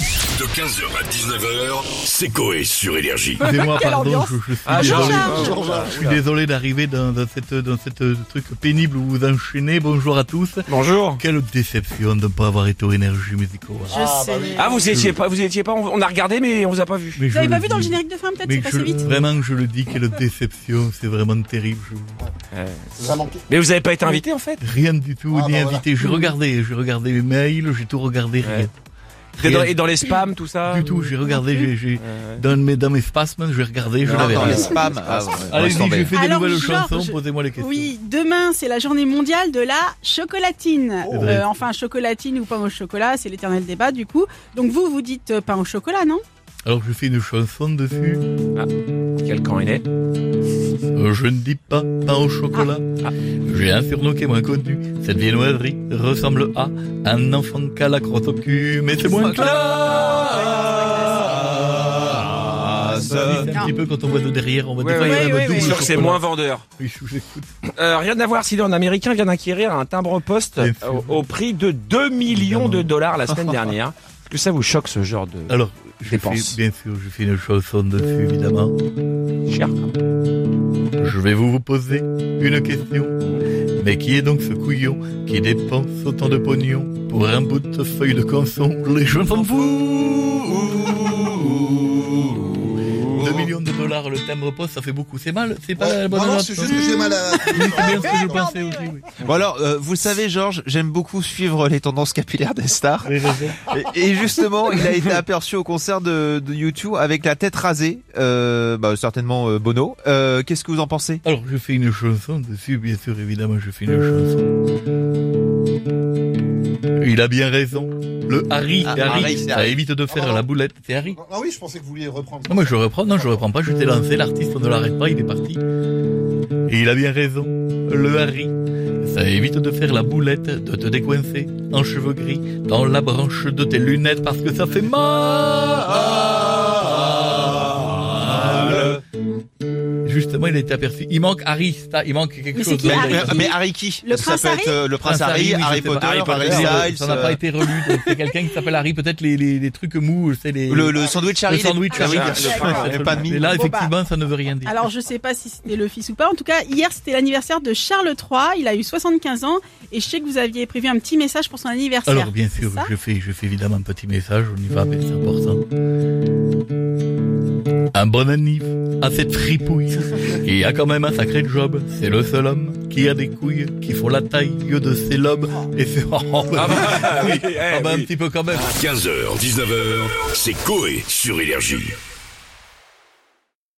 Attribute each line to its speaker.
Speaker 1: De 15h à 19h, c'est Coé sur Énergie.
Speaker 2: Excusez-moi,
Speaker 3: Quelle
Speaker 2: pardon,
Speaker 3: ambiance.
Speaker 2: je, je suis
Speaker 4: Ah,
Speaker 2: désolé,
Speaker 4: Jean-Jacques.
Speaker 2: je suis désolé d'arriver dans, dans cette, dans cette euh, truc pénible où vous enchaînez. Bonjour à tous.
Speaker 4: Bonjour.
Speaker 2: Quelle déception de ne pas avoir été au Energy Music Awards.
Speaker 3: Je sais.
Speaker 4: Ah, vous étiez pas, vous étiez pas, on on a regardé, mais on vous a pas vu.
Speaker 2: Mais
Speaker 3: Vous
Speaker 2: je
Speaker 3: l'avez pas
Speaker 2: le
Speaker 3: vu dans le
Speaker 2: dis.
Speaker 3: générique de fin, peut-être
Speaker 2: mais
Speaker 3: C'est
Speaker 2: je,
Speaker 3: passé vite
Speaker 2: vraiment, je le dis, quelle déception, c'est vraiment terrible. je-
Speaker 5: Ça manquait.
Speaker 4: Mais vous avez pas été invité, en fait.
Speaker 2: rien du tout,
Speaker 5: Ah,
Speaker 2: ni
Speaker 5: bah,
Speaker 2: invité. J'ai regardé, j'ai regardé les mails, j'ai tout regardé, rien.
Speaker 4: Ouais. Et dans, et dans les spams, tout ça.
Speaker 2: Du tout, j'ai regardé,
Speaker 3: Ah,
Speaker 2: j'ai, j'ai-
Speaker 4: Euh,
Speaker 2: dans mes, dans mes spasmes, j'ai regardé, je
Speaker 6: Non,
Speaker 2: l'avais
Speaker 6: dans les
Speaker 2: rien.
Speaker 6: spams. Ah, ouais, laisse
Speaker 2: Allez-y,
Speaker 6: tomber.
Speaker 2: j'ai fait des
Speaker 3: Alors,
Speaker 2: nouvelles
Speaker 3: Georges,
Speaker 2: chansons, posez-moi les questions.
Speaker 3: Oui, demain c'est la journée mondiale de la chocolatine.
Speaker 2: C'est Oh. vrai.
Speaker 3: Euh, enfin, chocolatine ou pain au chocolat, c'est l'éternel débat du coup. Donc vous, vous dites euh, pain au chocolat, non
Speaker 2: Alors, je fais une chanson dessus.
Speaker 4: Quel camp il est
Speaker 2: Euh, Je ne dis pas pain au chocolat. Ah. J'ai un surnom qui est moins connu. Cette viennoiserie ressemble à un enfant qui a la crotte au cul, mais c'est moins
Speaker 5: Ah,
Speaker 2: classe. C'est un petit peu quand on voit de derrière, on voit
Speaker 4: Ouais,
Speaker 2: des fois, il y en a
Speaker 3: ouais,
Speaker 2: de
Speaker 3: ouais,
Speaker 2: douze
Speaker 3: ouais.
Speaker 4: Je suis sûr que c'est
Speaker 2: chocolats.
Speaker 4: moins vendeur.
Speaker 2: Oui, je vous écoute.
Speaker 4: Euh, rien à voir si un Américain vient d'acquérir un timbre-poste
Speaker 2: Bien
Speaker 4: au, au prix de 2 millions de dollars la semaine dernière. Est-ce que ça vous choque ce genre de
Speaker 2: Alors, je
Speaker 4: Dépense.
Speaker 2: fais, bien sûr, je fais une chanson dessus, évidemment. Euh,
Speaker 4: cher
Speaker 2: Je vais vous vous poser une question. Mais qui est donc ce couillon qui dépense autant de pognon pour un bout de feuille de canson Les gens s'en foutent 2 millions de dollars le timbre poste, ça fait beaucoup. C'est mal, c'est
Speaker 6: Oh.
Speaker 2: pas la
Speaker 5: Ouais,
Speaker 2: bonne
Speaker 5: non, non,
Speaker 2: note.
Speaker 5: c'est juste que j'ai mal à.
Speaker 2: Oui,
Speaker 6: Ah,
Speaker 2: c'est bien ce que je pensais aussi, oui.
Speaker 6: Bon alors, euh, vous le savez Georges, j'aime beaucoup suivre les tendances capillaires des stars.
Speaker 2: Oui, je sais.
Speaker 6: Et, et justement, il a été aperçu au concert de, de YouTube avec la tête rasée, euh, bah, certainement euh, Bono. Euh, Qu'est-ce que vous en pensez
Speaker 2: Alors, je fais une chanson dessus, bien sûr, évidemment, je fais une chanson. Il a bien raison. Le Harry,
Speaker 6: Ah,
Speaker 2: Harry,
Speaker 6: Harry, c'est
Speaker 2: ça
Speaker 6: Harry.
Speaker 2: évite de faire
Speaker 5: Ah.
Speaker 2: la boulette, c'est Harry.
Speaker 5: Ah oui, je pensais que vous vouliez reprendre.
Speaker 2: Non, mais je reprends, non, je reprends pas, je t'ai lancé, l'artiste, on ne l'arrête pas, il est parti. Et il a bien raison, le Harry. Ça évite de faire la boulette, de te décoincer en cheveux gris dans la branche de tes lunettes parce que ça fait
Speaker 6: Euh,
Speaker 2: mal. Justement, il a été aperçu. Il manque Harry, ça, il manque quelque
Speaker 3: Mais c'est
Speaker 2: chose.
Speaker 3: qui,
Speaker 2: là,
Speaker 3: Harry
Speaker 2: il a-
Speaker 6: mais,
Speaker 3: Harry
Speaker 6: mais Harry qui
Speaker 3: Le
Speaker 6: Ça
Speaker 3: prince
Speaker 6: peut
Speaker 3: Harry
Speaker 6: être euh, le prince
Speaker 2: Prince
Speaker 6: Harry,
Speaker 2: Harry, oui,
Speaker 6: Harry
Speaker 2: je sais pas.
Speaker 6: Potter,
Speaker 4: Harry
Speaker 6: Harry,
Speaker 4: Potter,
Speaker 6: Styles,
Speaker 2: ça n'a pas
Speaker 6: euh,
Speaker 2: été relu. donc C'est quelqu'un qui s'appelle Harry, peut-être les, les, les trucs mous, euh, c'est les,
Speaker 6: le, le sandwich Harry.
Speaker 2: le sandwich
Speaker 6: les-
Speaker 2: Harry.
Speaker 4: Ah,
Speaker 6: le
Speaker 4: d'accord.
Speaker 6: prince, et pas de mie.
Speaker 2: Et là,
Speaker 3: Bon, bah.
Speaker 2: effectivement, ça ne veut rien dire.
Speaker 3: Alors je sais pas si c'était le fils ou pas. En tout cas, hier c'était l'anniversaire de Charles III. Il a eu 75 ans et je sais que vous aviez prévu un petit message pour son anniversaire.
Speaker 2: Alors bien
Speaker 3: c'est
Speaker 2: sûr,
Speaker 3: ça
Speaker 2: je fais, je fais évidemment un petit message, on y va, mais c'est important. Un bon anniv à cette fripouille qui a quand même un sacré job. C'est le seul homme qui a des couilles qui font la taille de ses lobes. Et c'est oh, bah,
Speaker 4: Ah oui, eh,
Speaker 2: ah bah, un
Speaker 4: oui.
Speaker 2: petit peu quand même.
Speaker 1: 15h, 19h, c'est Coé sur Énergie.